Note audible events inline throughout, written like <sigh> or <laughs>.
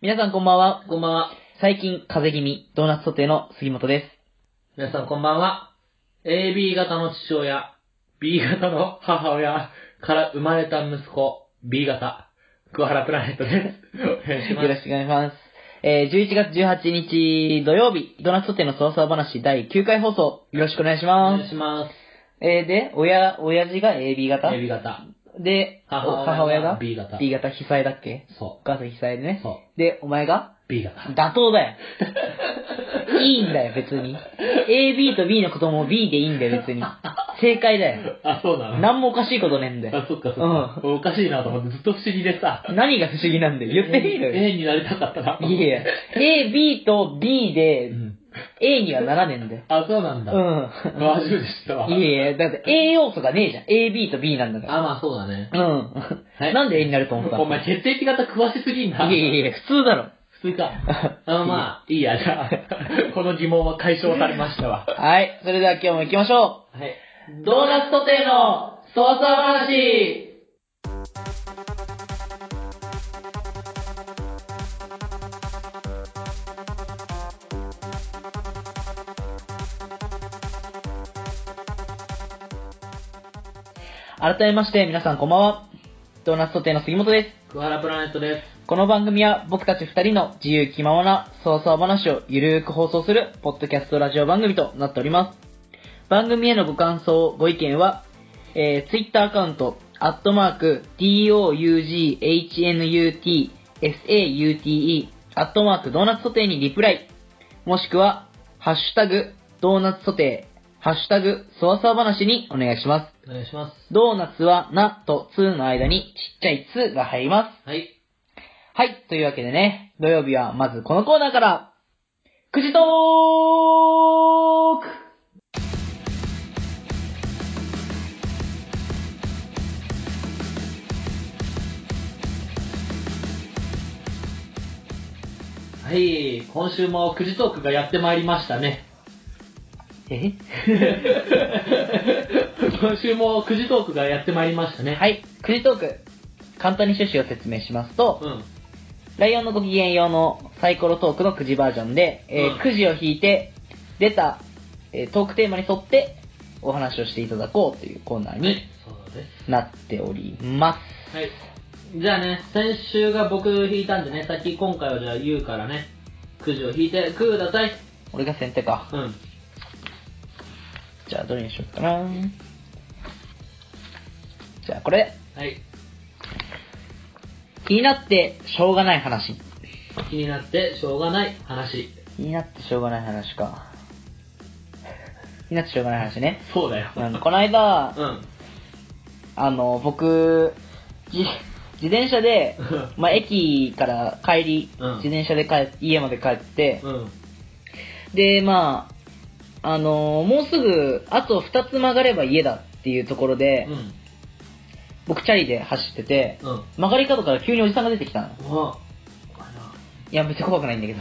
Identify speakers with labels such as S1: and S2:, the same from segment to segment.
S1: 皆さんこんばんは、こんばんは。最近風邪気味、ドーナツソテーの杉本です。
S2: 皆さんこんばんは。AB 型の父親、B 型の母親から生まれた息子、B 型、桑原プラネットです。お願いし
S1: よ
S2: ま
S1: ろしくお願いします。えー、11月18日土曜日、ドーナツソテーのそわそわ話第9回放送、よろしくお願いし
S2: す。お
S1: ま
S2: 願い
S1: す。
S2: しま
S1: えー、で、親、親父が AB
S2: す。
S1: 型
S2: AB 型。
S1: で、
S2: 母親
S1: お
S2: が
S1: 母親が
S2: B 型
S1: B 型、被災だっけ
S2: そ
S1: お母さん被災で
S2: う。
S1: ね。
S2: そ
S1: で、お前が
S2: う。B 型。
S1: 妥当
S2: <laughs>
S1: だよ。いいんだよ、別に。AB と B のことも B でいいんだよ、別に。正解だよ。
S2: あ、そうなの
S1: 何もおかしいことねえんだよ。
S2: あ、そっかそっか。おかしいなと思ってずっと不思議でさ。
S1: 何が不思議なんだよ。言っていいのよ。
S2: A になりたかったな。
S1: いやいや、A、B と B
S2: う
S1: で
S2: ん
S1: A にはならねえんだよ。
S2: あ、そうなんだ。
S1: う
S2: あ初めて知ったわ。
S1: ん。いやいや、だって A 要素がねえじゃん。A、B と B なんだか
S2: あ、まあそうだね。
S1: ら。うん。
S2: はい
S1: なんで A になると思ったの
S2: お前血液型詳しすぎんな。
S1: いやいやいや、普通だろ。
S2: 普通か。あまあ、いいや、じゃあ、 <laughs> この疑問は解消されましたわ。
S1: はい。それでは今日も行きましょ
S2: はい。ドーナツソテーの操作話
S1: う。改めまして、皆さんこんばんは。ドーナツソテーの杉本です。
S2: 桑原プラネットです。
S1: この番組は僕たち二人の自由気ままな操作話をゆるーく放送するポッドキャストラジオ番組となっております。番組へのご感想、ご意見は、えー、Twitter アカウント、アットマーク、doughnut, saute, アットマーク、ドーナツソテーにリプライ、もしくは、ハッシュタグ、ドーナツソテー、ハッシュタグ、そわそわ話にお願いしま。
S2: お願いします
S1: ドーナツは、なと、つの間に、ちっちゃいつが入ります。
S2: す。はい。
S1: はい。というわけでね、土曜日はまずこのコーナーから、くじトーク
S2: はい、今週もくじトークがやってまいりましたね。
S1: え
S2: 今週もくじトークがやってまいりましたね。
S1: はい。くじトーク。簡単に趣旨を説明しますと、
S2: うん。
S1: ライオンのご機嫌用のサイコロトークのくじバージョンで、えー
S2: うん
S1: くじを引いて、出た、えートークテーマに沿ってお話をしていただこうというコーナー
S2: はい
S1: に
S2: そうです。
S1: なっております。
S2: はい。じゃあね、先週が僕引いたんでね、さっき今回はじゃあ言うからね、くじを引いてください。
S1: 俺が先手か。
S2: うん。
S1: じゃあ、どれにしようかな。じゃあ、これ。
S2: はい。
S1: 気になってしょうがない話。
S2: 気になってしょうがない話。
S1: 気になってしょうがない話か。気になってしょうがない話ね。
S2: そうだよ
S1: あのこの間、
S2: うん。
S1: あの、僕、じ自転車で、
S2: う
S1: まあ、駅から帰り、
S2: うん
S1: 自転車で帰家まで帰って、
S2: ん。うん。
S1: で、まあ、あの、もうすぐ、あと2つ曲がれば家だっていうところで、
S2: うん。
S1: 僕チャリで走ってて、
S2: うん。
S1: 曲がり角から急におじさんが出てきたの。
S2: あ
S1: いや、めっちゃ怖くないんだけ
S2: <laughs>
S1: ど。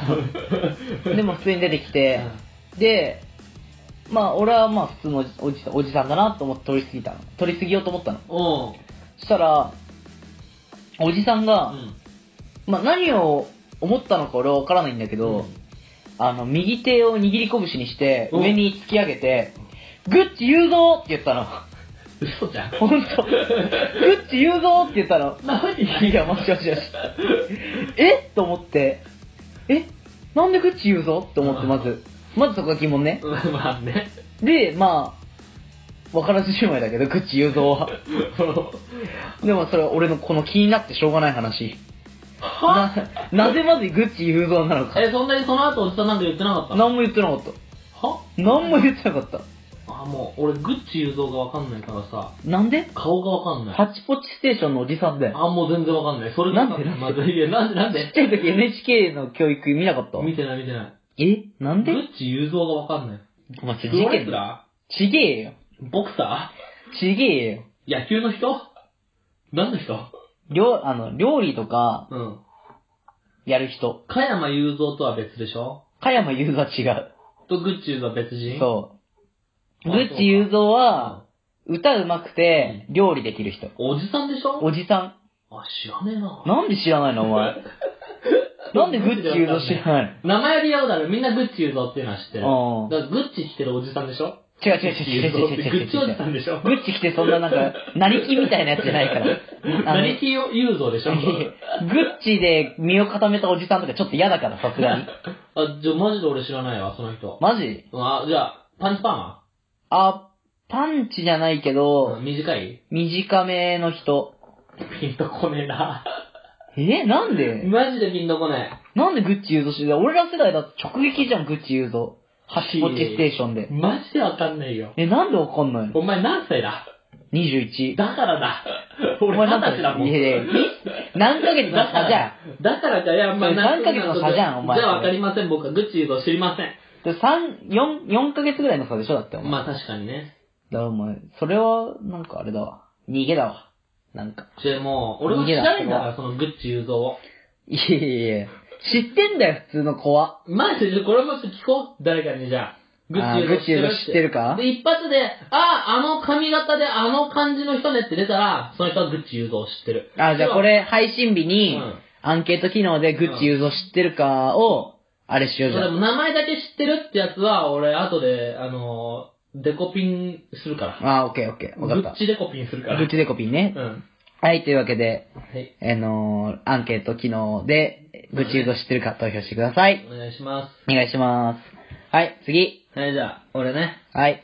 S2: ら
S1: でも普通に出てきて、
S2: う
S1: で、まあ俺はまあ普通のおじおじさんおじさんだなと思って取り過ぎたの。取り過ぎようと思ったの。
S2: ん。おう。
S1: そしたら、おじさん
S2: う
S1: が、
S2: ん。
S1: まあ何を思ったのか俺はわからないんだけど、あの、右手を握り拳にして、
S2: うん
S1: 上に突き上げて、グッチ言うぞって言
S2: <laughs>
S1: ったの。
S2: 嘘じゃん。
S1: ほんと。グッチ言うぞって言ったの。
S2: 何
S1: いや、もしもしもし。えと思って、えなんでグッチ言うぞって思って、まず。まずそこが疑問ね。
S2: うんまあね。
S1: で、まあ、わからずじまいだけど、グッチ言うぞ
S2: <laughs>
S1: は。でもそれは俺のこの気になってしょうがない話。
S2: は
S1: な、なぜまずグッチ言うぞなのか。
S2: え、そんなにその後おじさんなんか言ってなかったの
S1: 何も言ってなかった。
S2: は
S1: 何も言ってなかった。
S2: あ、もう、俺、グッチ雄三がわかんないからさ、
S1: なんで
S2: 顔がわかんない。
S1: ハッチポッチステーションのおじさんだよ。
S2: あ、もう全然わかんない。それ
S1: なんでなんで
S2: まずいや、なんでなん
S1: ちっ
S2: で
S1: ちゃい時 NHK の教育見なかった
S2: 見てない見てない。
S1: えなんで
S2: グッチ雄三がわかんない。
S1: お前、事
S2: プロレ
S1: 件
S2: ス
S1: だ。
S2: ラ
S1: ちげえよ。
S2: ーボクサ
S1: ちげえよ。
S2: ー野球の人何の人
S1: 料、あの、料理とか、
S2: うん。
S1: やる人。
S2: 加山雄三とは別でしょ
S1: 加山雄三は違う。
S2: とグッチ雄三は別人う。
S1: そう。
S2: あ
S1: グッチ雄三は、歌うまくて、料理できる人。
S2: おじさんでしょ
S1: おじさん。
S2: あ、知らねえな。 <laughs>
S1: なんで知らないのお前。なんでグッチ言うの知らない
S2: 名前で言うならみんなグッチ言うぞっていうのは知ってる。
S1: のうん。
S2: だからグッチ着てるおじさんでしょ
S1: 違う違う違う違う違う違う
S2: グッチおじさんでしょ
S1: グッチ着てそんななんか、成り木みたいなやつじゃないから。あの
S2: 何木を言うぞでしょ
S1: <laughs> グッチで身を固めたおじさんとかちょっと嫌だから、さすがに。
S2: あ、じゃあマジで俺知らないわ、その人。
S1: マジ
S2: あ、じゃあ、パンチパーマ
S1: あ、パンチじゃないけど、
S2: 短い
S1: 短めの人。
S2: ピンとこねえな。
S1: え、なんで
S2: マジでピンとこね
S1: なんでグッチ言うぞして俺ら世代だと直撃じゃん、グッチ言うぞ。ハッシュポッチステーションで
S2: え。。マジでわかんないよ。
S1: え、なんでわかんないの
S2: お前何歳だ
S1: ?21。
S2: だか
S1: <laughs>
S2: らだ。
S1: お
S2: 俺
S1: 前
S2: 二
S1: 何
S2: 十歳だもん。
S1: いやいやい何ヶ月の
S2: だか
S1: 差じゃん
S2: ら。、だからか、いや、まあ、
S1: それ
S2: な
S1: 三
S2: ん
S1: ヶ月の差じゃんお前
S2: じゃあわかりません、僕は。グッチ言うぞ知りません。
S1: で3、4、4ヶ月ぐらいの差でしょだって、お前。
S2: まあ確かにね。
S1: だからお前、それは、なんかあれだわ。逃げだわ。なんか。
S2: じゃあもう、俺も知らないんだから、そのグッチ言うぞを。
S1: いやいやいや。知ってんだよ、普通の子は。
S2: マジで、これもちょっと聞こう。誰かにじゃあ。グッチ言う
S1: あーグ
S2: ぞ知って
S1: ッチ言うぞ
S2: る
S1: 知ってるか
S2: で、一発で、ああ、あの髪型であの感じの人ねって出たら、その人はグッチ言うぞを知ってる。
S1: あ、じゃあこれ、配信日
S2: う
S1: に、
S2: ん。
S1: アンケート機能でグッチ言うぞ知ってるかを、あれしようじ
S2: そ
S1: ゃ
S2: れ
S1: ん。
S2: も名前だけ知ってるってやつは、俺、後で、あのー、デコピンするから。
S1: あ、オッケーオッケー。わかっ
S2: グッ
S1: た。
S2: チデコピンするから。
S1: グッチデコピンね
S2: う。ん。
S1: はい、というわけで、
S2: はい。
S1: あのー、アンケート機能で、グッチ言うぞ知ってるか投票してください。
S2: お願いしま
S1: お願いします。はい、次。
S2: す。はい、じゃあ、俺ね、
S1: はい。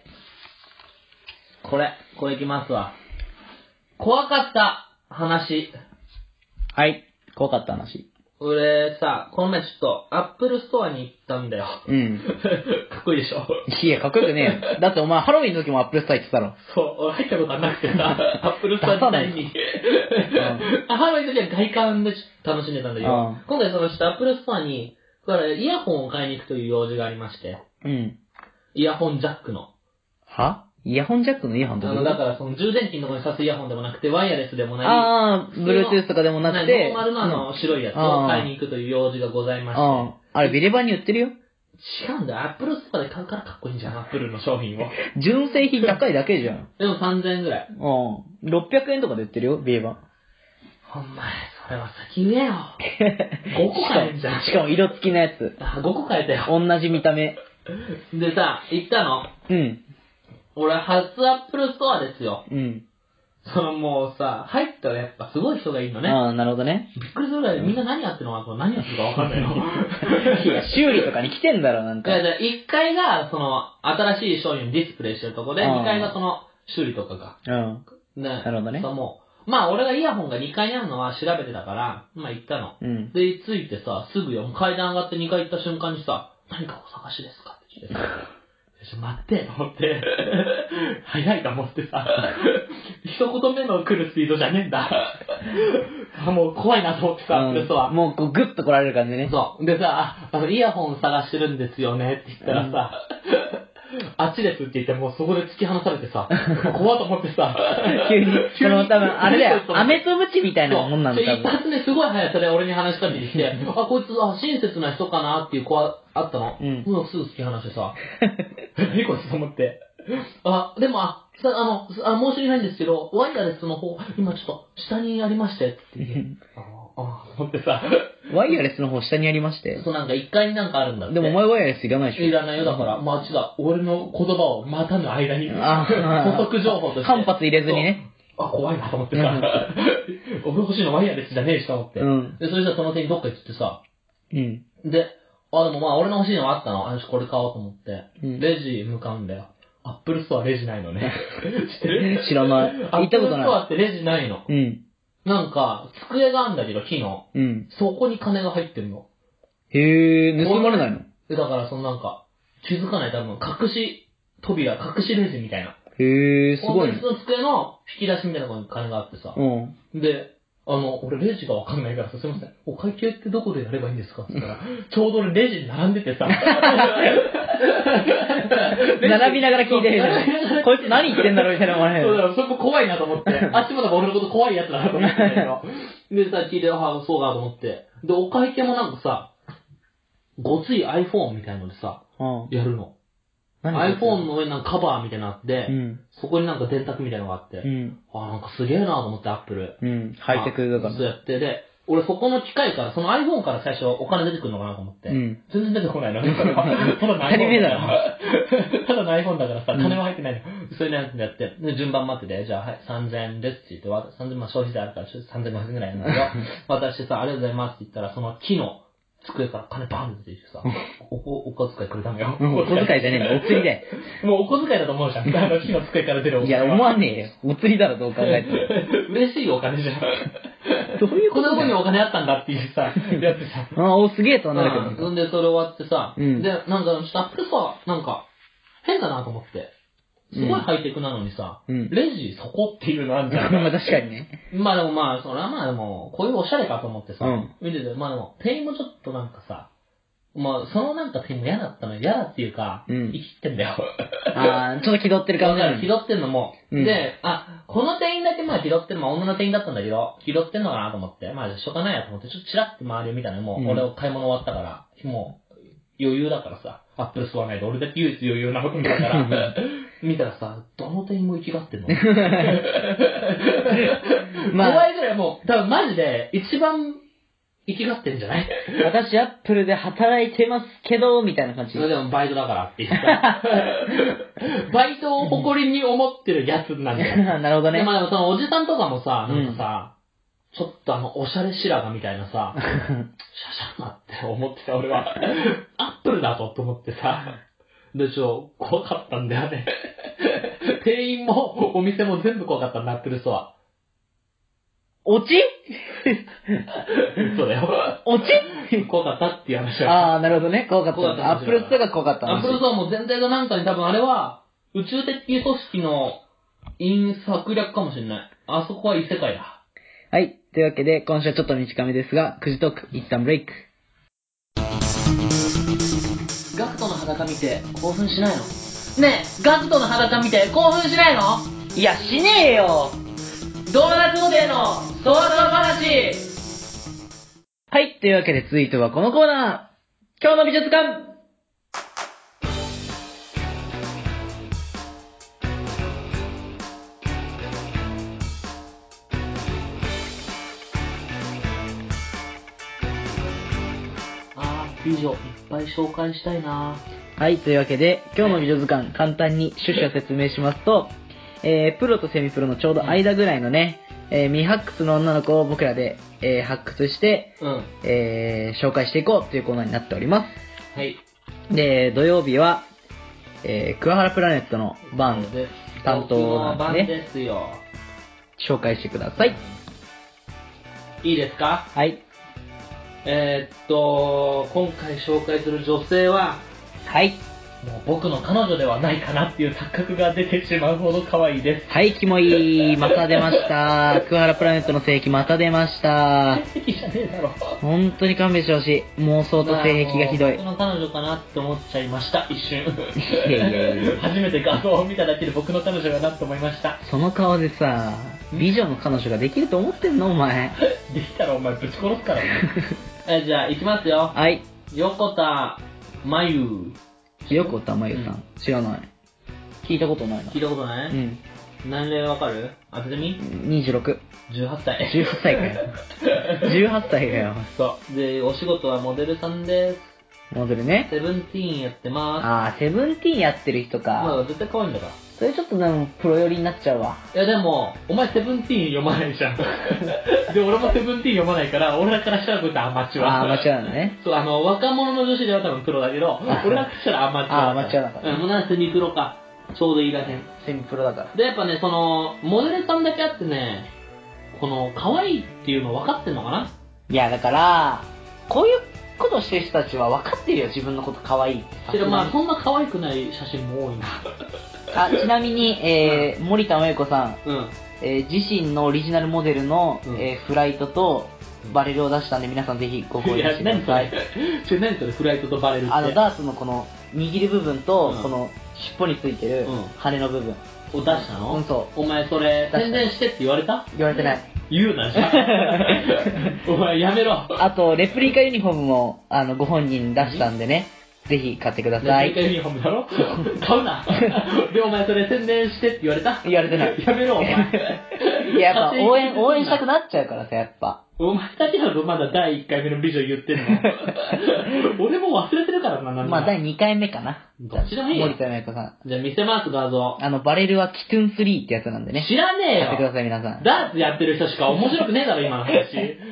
S2: これ、これいきますわ。怖かった話。
S1: はい。怖かった話。
S2: 俺さ、この前ちょっと、アップルストアに行ったんだよ。
S1: うん。
S2: かっこいいでしょ
S1: いや、かっこよくねえよ。だってお前、ハロウィンの時もアップルスター行ってたろ。
S2: そう、俺入ったことはなくて <laughs> さ、アップルストア自体に。あハロウィンの時は外観でちょっと楽しんでたんだけど、
S1: うん
S2: 今回そのちょっとアップルストアに、だからイヤホンを買いに行くという用事がありまして、
S1: うん。
S2: イヤホンジャックの。
S1: はイヤホンジャックのイヤホン
S2: あ
S1: ってこと
S2: の、だからその充電器のところに挿すイヤホンでもなくて、ワイヤレスでもない、
S1: ああ、Bluetooth とかでもなくて。
S2: ノーマルのあ
S1: うん
S2: の、白いやつ
S1: う
S2: を
S1: ん
S2: 買いに行くという用事がございまして、
S1: うん。あれ、ビレバンに売ってるよ。
S2: 違うんだよ。アップルストアで買うからかっこいいんじゃん、アップルの商
S1: <laughs>
S2: 品を。
S1: 純正品高いだけじゃん。
S2: でも3000円ぐらい。
S1: うん。600円とかで売ってるよ、ビレバン。
S2: お前、それは先言
S1: <laughs>
S2: えよ。5個買えんじゃん。
S1: しかも色付きのやつ。
S2: あ、5個買えたよ。
S1: 同じ見た目。
S2: でさ、行ったの。
S1: うん。
S2: 俺、初アップルストアですよ。
S1: うん。
S2: そのもうさ、入ったらやっぱすごい人がいるのね。
S1: ああ、なるほどね。
S2: びっくりするぐらいみんな何やってるのか何やってるかわかんない
S1: <laughs>
S2: よ。
S1: いや、修理とかに来てんだろ、なん
S2: い
S1: か。
S2: や、じゃ1階が、その、新しい商品をディスプレイしてるとこで、
S1: うん
S2: 2階がその、修理とかが。
S1: うん。
S2: ね。な
S1: るほどね
S2: そう、もう。まあ、俺がイヤホンが2階にあるのは調べてたから、まあ行ったの。
S1: うん。
S2: で、着いてさ、すぐよ、もう階段上がって2階行った瞬間にさ、何かお探しですかって来
S1: <laughs>
S2: てさ、ちょ待って、と思って、 <laughs> 早いと思ってさ、 <laughs> 一言目の来るスピードじゃねえん
S1: <laughs>
S2: だ。あもう怖いなと思ってさ、
S1: うん
S2: でそう
S1: もうこう、グッと来られる感じね。
S2: そう。でさ、あの、イヤホン探してるんですよねって言ったらさ、あっちですって言って、もうそこで突き放されてさ、怖っと思ってさ、
S1: <laughs> <laughs>
S2: <laughs>
S1: 急に。その、多分、あれだ
S2: そうそう
S1: よ。アメとムチみたいなもんなんだ、
S2: そう
S1: 多
S2: 一
S1: 分。
S2: 発目すごい速さで俺に話しかけてきて、あ、こいつ、あ、親切な人かなっていう子はあったの。
S1: うん
S2: もうすぐ突き放してさ、え何こいつと思って。あ、でも、あ、さあの、あ申し訳ないんですけど、ワイヤレスの方、今ちょっと下にありましてって言って、ああ、と思ってさ、
S1: <laughs> ワイヤレスの方下にありまして。
S2: そうなんか一階になんかあるんだって。
S1: でもお前ワイヤレスいらないでしょ
S2: いらないよ、だから、まあ、違う、俺の言葉を待たぬ間に、
S1: あー
S2: 補足情報として。
S1: 間髪入れずにね
S2: そう。あ、怖いなと思って
S1: う
S2: さ
S1: ん、
S2: 俺欲しいのワイヤレスじゃねえしと思って。
S1: うん。
S2: で、それじゃその手にどっか行ってさ、
S1: うん。
S2: で、あ、でもまあ、俺の欲しいのはあったの。あ、よしこれ買おうと思って、
S1: うん
S2: レジ向かうんだよ。アップルストアレジない
S1: <laughs>
S2: のね。知ってる
S1: 知らない。
S2: ア
S1: 行
S2: ッ
S1: っ
S2: プ
S1: たこと
S2: ルスト
S1: な
S2: アってレジないの。
S1: い。うん。
S2: なんか、机があるんだけど、木の。
S1: うん。
S2: そこに金が入ってんの。
S1: へえ、盗まれないの
S2: でだから、そのなんか、気づかない多分、隠し扉、隠しレジみたいな。
S1: へえ、すごい
S2: 本
S1: ね
S2: 当。にその机の引き出しみたいなところに金があってさ
S1: う。ん。
S2: で、あの、俺レジがわかんないからさ、すいません、お会計ってどこでやればいいんですかって言ったら、ちょうど俺レジに並んで
S1: <laughs>
S2: てさ。
S1: 並びながら聞いてるよ
S2: そう並びながら聞いて
S1: ね
S2: る。
S1: こいつ何言ってんだろうみたいな思われ
S2: そ
S1: る。
S2: うだ、そこ怖いなと思
S1: <laughs>
S2: って。あっちもなんか俺のこと怖いやつだなと思ってたけど。で、さ、聞いて、あ、そうかと思って。で、お会計もなんかさ、ごつい iPhone みたいのでさ、
S1: うん。
S2: やるの。
S1: 何
S2: iPhone の上になんかカバーみたいなのあって、
S1: うん。
S2: そこになんか電卓みたいなのがあって、
S1: うん。
S2: あ、なんかすげえなと思って、Apple。
S1: うん。ハイテクだか
S2: あそう
S1: ら。
S2: やって、で、俺そこの機械から、その iPhone から最初お金出てくるのかなと思って。
S1: うん。
S2: 全然出てこないの。ただの iPhone だから。 <laughs> ただの iPhone だからさ、金も入ってないの。それなんてやって、で順番待ってて、じゃあはい、3000円ですって言って、わ3000、まあ消費税あるから3500円ぐらいなんだけど、
S1: <laughs>
S2: 私さ、ありがとうございますって言ったら、その木の机から金バンって出てき
S1: <laughs>
S2: てさ、お小お小遣いくれたのよ。
S1: うんお小遣いじゃねえんだよ。お釣りだよ。
S2: もうお小遣いだと思うじゃん。あの木の机から出る
S1: い
S2: お金
S1: や、
S2: は。
S1: 思わねえよ。お釣りだろ、どう考えても。
S2: <laughs> 嬉しいお金じゃん。
S1: どういう
S2: こ
S1: こ
S2: んな
S1: と
S2: とこ
S1: だ
S2: に
S1: よ。
S2: お金あったんだっていうさ、やってさ。
S1: ああ、お、すげえとはなるけど。
S2: うん、で、それ終わってさ、
S1: うん
S2: で、なんか、ちょっとアップルさ、なんか、変だなと思って。すごいハイテクなのにさ、
S1: うん
S2: レジそこっていうのあんじゃ
S1: <laughs>
S2: ん。
S1: まあ確かにね。
S2: <laughs> まあでもまあ、それはまあでも、こういうおしゃれかと思ってさ、
S1: うん
S2: 見てて、まあでも、店員もちょっとなんかさ、まあ、そのなんか店員も嫌だったのよ嫌だっていうか、
S1: うん
S2: 生きってんだよ。
S1: ああ、ちょっと気取ってる
S2: だ
S1: 感
S2: か
S1: じな
S2: ら
S1: の
S2: 拾
S1: に。
S2: ってんのも、
S1: うん
S2: で、あ、この店員だけまあ拾ってる、まあ女の店員だったんだけど、拾ってんのかなと思って、まあしょうがないやと思って、ちょっとチラッて周りを見たら、もう、
S1: うん
S2: 俺は買い物終わったから、もう余裕だからさ、アップル吸わないで、俺だけ唯一余裕なことだから、 <laughs> 見たらさ、どの店員も行き
S1: <laughs>
S2: がってんの。
S1: まあ
S2: 怖いぐらいもう、多分マジで一番行きがってんじゃない
S1: 私、アップルで働いてますけど、みたいな感じ
S2: そ。れでもバイトだからって言った。バイトを誇りに思ってるやつなんだよ。
S1: <laughs> なるほど <laughs>
S2: で
S1: ね。
S2: まあでもそのおじさんとかもさ、なんかさ、ちょっとあの、おしゃれ白髪みたいなさ、シャシャなって思ってた俺 <laughs> は、アップルだぞと思ってさ、でしょ、怖かったんだよね。店員もお店も全部怖かったんだ、アップルストア。
S1: 落ち
S2: そうだよ。
S1: 落ち
S2: 怖かったっていう話は。
S1: ああ、なるほどね。怖かった
S2: 怖
S1: ん
S2: かった
S1: だ。アップルストアが怖かった
S2: アッ
S1: 話
S2: プルストアも全体がなんかに多分あれは、宇宙的組織の陰策略かもしれない。あそこは異世界だ。
S1: はい。というわけで、今週はちょっと短めですが、くじトーク、一旦ブレイク。
S2: ガクトの裸見て興奮しないのねえ、ガクトの裸見て興奮しないの
S1: いや、しねえよ
S2: ドーナツモデルの想像話
S1: はい。というわけで、続いてはこのコーナー。今日の美術館
S2: あー、美女いっぱい紹介したいな
S1: はい、というわけで、今日の美女図鑑、簡単に趣旨を説明しますと、えー、プロとセミプロのちょうど間ぐらいのね、えー、未発掘の女の子を僕らで、えー、発掘して、
S2: うん。は
S1: えー、紹介していこうというコーナーになっておりま
S2: い。
S1: す。で、土曜日は、えー、桑原プラネットの番、
S2: で、
S1: 担当なん
S2: 番
S1: ですね
S2: ですよ。
S1: 紹介してください。。
S2: いいですか
S1: はい。
S2: えー、っと、今回紹介する女性は、
S1: はい。
S2: もう僕の彼女ではないかなっていう錯覚が出てしまうほど可愛いです。
S1: はい、キモ <laughs> い。また出ました。桑原プラネットの正規また出ました。
S2: 奇跡じゃねえだろ。
S1: 本当に勘弁してほしい。妄想と性癖がひどい
S2: ま。あ僕の彼女かなって思っちゃいました、一瞬。
S1: いやいやいや
S2: 初めて画像を見ただけで僕の彼女だなと思いました。
S1: その顔でさ、美女の彼女ができると思ってんのお前。
S2: できたらお前ぶち殺すからね。
S1: <laughs>
S2: えじゃあ、行きますよ。
S1: はい。
S2: 横田真由。
S1: 横田真由さん。知らない。聞いたことないな
S2: 聞い。たことな
S1: う
S2: い、
S1: ん。
S2: 年齢わかる当ててみ
S1: 26。
S2: ?18 歳。
S1: 18歳か <laughs> よ。18歳かよ。
S2: <laughs> そう。で、お仕事はモデルさんです。
S1: モデルね。
S2: セブンティーンやってます。
S1: あー、セブンティーンやってる人
S2: ま
S1: か。
S2: あ、絶対可愛いんだから。
S1: それちょっとでもプロ寄りになっちゃうわ。
S2: いやでも、お前セブンティーン読まないじゃん。 <laughs> で、俺もセブンティーン読まないから、俺らからしたらこうやってアマチュア。
S1: あー、間違うのね。
S2: そう、あの、若者の女子では多分プロだ
S1: <laughs>
S2: けど、俺らからしたらアマチュア。
S1: あアマチュアだから
S2: うん、もうなんかセミプロか。ちょうどいい加減。
S1: セミプロだから。
S2: で、やっぱね、その、モデルさんだけあってね、この、可愛いっていうの分かってんのかない
S1: や、だから、こういうことしてる人たちは分かってるよ、自分のこと可愛いって
S2: けどまあ、そんな可愛くない写真も多いな。
S1: あちなみに、えー森田真由子さん、
S2: うん。
S1: えー自身のオリジナルモデルの、
S2: うん
S1: えーフライトとバレルを出したんで皆さんぜひご購入
S2: <laughs> い
S1: し
S2: や、
S1: てくだ
S2: 何そ
S1: さ <laughs>
S2: れ
S1: い。
S2: ちょ、何それフライトとバレルって。
S1: あのダーツのこの握る部分と、
S2: うん
S1: この尻尾についてる
S2: うん
S1: 羽の部分、
S2: を出したの
S1: うんそ
S2: お前それ、
S1: 出した
S2: 宣伝してって言われた
S1: 言われてない。
S2: 言うな、
S1: <laughs>
S2: じゃあお前やめろ。
S1: あと、レプリカユニフォームもあのご本人出したんでね、ぜひ買ってくださ
S2: 大
S1: い。
S2: 体ユニフォームだろ買うな。で、お前それ宣伝してって言われた
S1: 言われてない
S2: やめろ、お前。
S1: <laughs> いや、やっぱ応援、応援したくな
S2: な
S1: っちゃうからさ、やっぱ。
S2: うお前たちはまだ第1回目の美女言ってん
S1: <laughs>
S2: の俺もう忘れてるからな、なん
S1: まあ、第2回目かな。
S2: どっちでもいいよ
S1: 森田彩子さん。
S2: じゃあ見せます、画像。
S1: あの、バレルはキトゥン3ってやつなんでね。
S2: 知らねえ
S1: やってくだ
S2: よ。
S1: さい、皆さん。
S2: ダーツやってる人しか面白くねえだろ、今の話。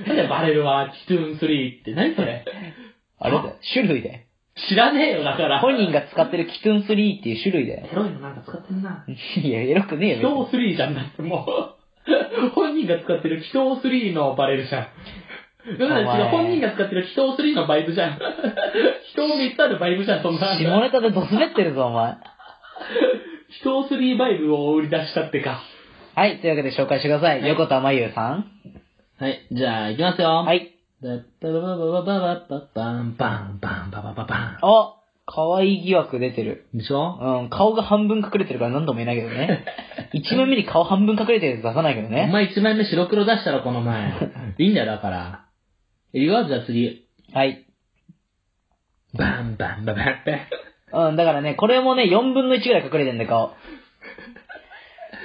S2: なんでバレルはキトゥーン3って何それ
S1: あれだよ、種類だよ。
S2: 知らねえよ、だから。
S1: <laughs> 本人が使ってるキトゥン3っていう種類だよ。 <laughs>
S2: エロいのなんか使ってんな。
S1: いや、エロくねえ
S2: キ
S1: よ。
S2: トー3じゃんだってもう。本人が使ってるキトー3のバレルじゃん。だから違う、
S1: お前
S2: 本人が使ってるキトー3のバイブじゃん。キトー3つあるバイブじゃん、そんな。
S1: 下ネタでドスベってるぞ、お前。
S2: キトー3バイブを売り出したってか。
S1: はい、というわけで紹介してください。
S2: はい
S1: 横田真由さん。
S2: はい、じゃあ、いきますよ。。
S1: はいい。
S2: ババババババババンバンバンババババン。
S1: お可愛い疑惑出てる。
S2: でしょ
S1: うん、顔が半分隠れてるから何度も言えないけど
S2: <laughs>
S1: ね。一枚目に顔半分隠れてるやつ出さないけど
S2: お
S1: ね。
S2: 前一枚目白黒出したろ、この前。 <laughs> いいんだよ、だから。いいよ、じゃあ次。
S1: はい。
S2: バンバンバンバンバン。
S1: うん、だからね、これもね、4分の1ぐらい隠れてんだよ、顔。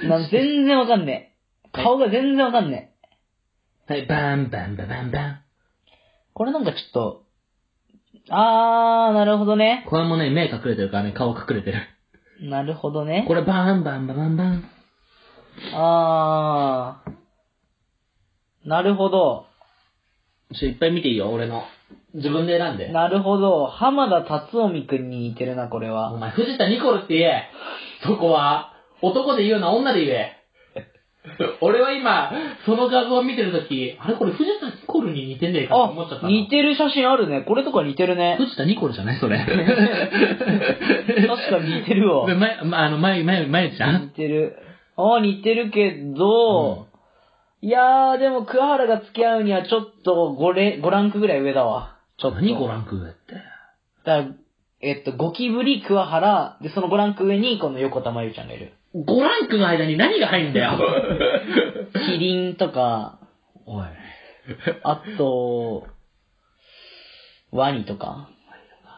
S1: なん全然わかんねえ。顔が全然わかんねえ。
S2: はい、バンバンバンバンバン。
S1: これなんかちょっと、あー、なるほどね。
S2: これもね、目隠れてるからね、顔隠れてる。
S1: なるほどね
S2: こ。れバンバンバンバンバン。
S1: あー。なるほど。
S2: ちょっといっぱい見ていいよ、俺の。自分で選んで。
S1: なるほど。浜田達臣くんに似てるな、これ
S2: お
S1: は。
S2: 前、藤田ニコルって言え。そこは、男で言うな、女で言え。俺は今、その画像を見てるとき、あれこれ藤田ニコルに似てねえかと思っちゃっ
S1: あ
S2: た、の。
S1: 似てる写真あるね。これとか似てる
S2: <laughs>
S1: ね。
S2: 藤田ニコルじゃないそれ。 <laughs>
S1: 確かに似てるわ
S2: で。ま、ま、あの、まゆ、まゆ、まゆちゃ
S1: 似
S2: ん
S1: てる。あ、似てるけど、いやー、でも桑原が付き合うにはちょっと5れ、5ランクぐらい上だわ。ちょっと。
S2: 何ご覧く上って。
S1: だからえっと、ゴキブリ、桑原、で、その5ランク上に、この横田真由ちゃんがいる。
S2: 5ランクの間に何が入るんだよ
S1: キリンとか、
S2: <laughs> おい。
S1: あと、ワニと <laughs> か。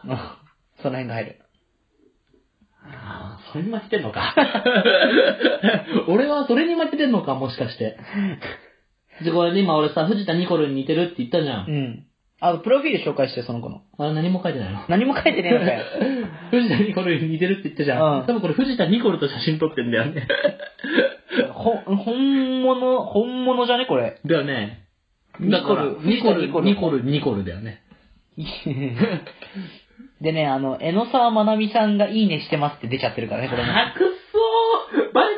S1: うんその辺が入る。
S2: あーそれに負けてんの <laughs> か。俺はそれに負けてんのか、もしかして。で、これで今俺さ、藤田ニコルに似てるって言ったじゃ。
S1: うんん。あ、プロフィール紹介して、その子の。
S2: あれ何も書いてないの。
S1: 何も書いてねえのか <laughs> よ。
S2: 藤田ニコルに似てるって言ったじゃん。
S1: うん
S2: 多分これ藤田ニコルと写真撮ってんだよね。
S1: ほ、本物、本物じゃねこ <laughs> れ。
S2: だよね。
S1: ニ
S2: だ
S1: コ
S2: から
S1: ル
S2: ニコル、
S1: ニ
S2: ニ
S1: コル
S2: コル、ニコル、ニコルだよね。
S1: でね、あの、江ノ沢まなみさんがいいねしてますって出ちゃってるからね、これ <laughs> ね。
S2: あ、くっそーバレ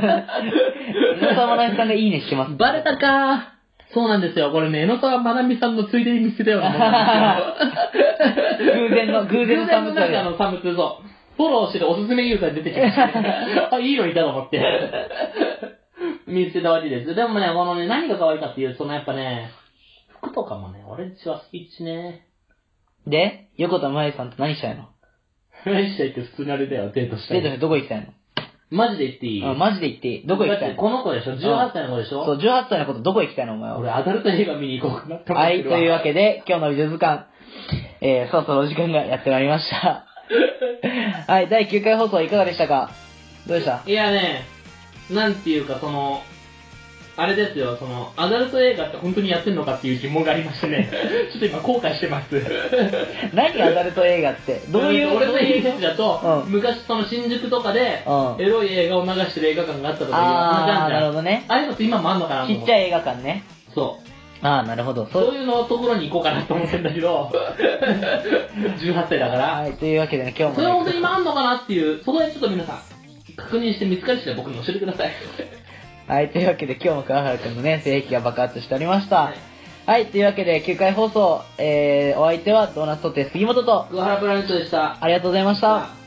S2: たか
S1: 江ノ
S2: <laughs>
S1: 沢まなみさんがいいねしてます。
S2: ーバ
S1: <laughs>
S2: レたかーそうなんですよ。これね、江ノ沢まなみさんのついでに見捨てたようなもんなんですよ。
S1: 偶然 <laughs> の、偶然のサム
S2: 偶然の中のサムツそう。フォローしてておすすめユーザーに出て
S1: <laughs>
S2: きました。あ、いいのいたと思って。見つけたわけです。でもね、このね、何が可愛いかっていう、そのやっぱね、服とかもね、俺んちは好きっちね。
S1: で、横田真由さんと何したいの
S2: 何してって普通にあれだよ、デートした
S1: デートし
S2: い。
S1: てどこ行きたいの
S2: マジで言っていい
S1: うんマジで言っていい。どこ行きた
S2: だ
S1: い
S2: って
S1: の
S2: この子でしょ ?18 歳の子でしょ
S1: そう、18歳のことどこ行きたいのお前は。
S2: 俺、アダルト映画見に行こうかなって思っ
S1: は
S2: て
S1: い、
S2: る
S1: と
S2: わ。
S1: いうわけで、今日の美女図鑑、えー、そろそろお時間がやってまいりま
S2: <laughs>
S1: した。はい、第9回放送いかがでしたかどうでした
S2: いやね、なんていうか、その、あれですよ、その、アダルト映画って本当にやってんのかっていう疑問がありまし
S1: <laughs>
S2: てね、ちょっと今後悔してます。
S1: 何アダルト映画って。どういう、
S2: 俺のイメー
S1: どうい
S2: ジ
S1: う
S2: だと、
S1: うん
S2: 昔その新宿とかで、
S1: うん
S2: エロい映画を流してる映画館があったとかいう話
S1: あ
S2: あ
S1: ー、
S2: んじ
S1: なる
S2: ゃ
S1: ほ
S2: ん。
S1: どね。
S2: ああいうのって今もあんのかなと
S1: ち
S2: 思
S1: っちゃい映画館ね。
S2: そう。
S1: あー、なるほど。
S2: そう
S1: う。
S2: いうのところに行こうかなと思ってんだ
S1: <laughs>
S2: けど、18歳だから
S1: は。い、というわけでね、今日
S2: それ
S1: も
S2: 本
S1: ね、
S2: 当に今あんのかなっていう、そこでちょっと皆さん、確認して見つかり次第僕に教えてくだ
S1: <laughs>
S2: さい。
S1: はい、というわけで今日も桑原くんのね、性癖が爆発しておりました。は
S2: はいい、
S1: というわけで9回放送、えー、お相手はドーナツとて杉本と、
S2: 桑原プラネットでした。
S1: ありがとうございました。
S2: Stop.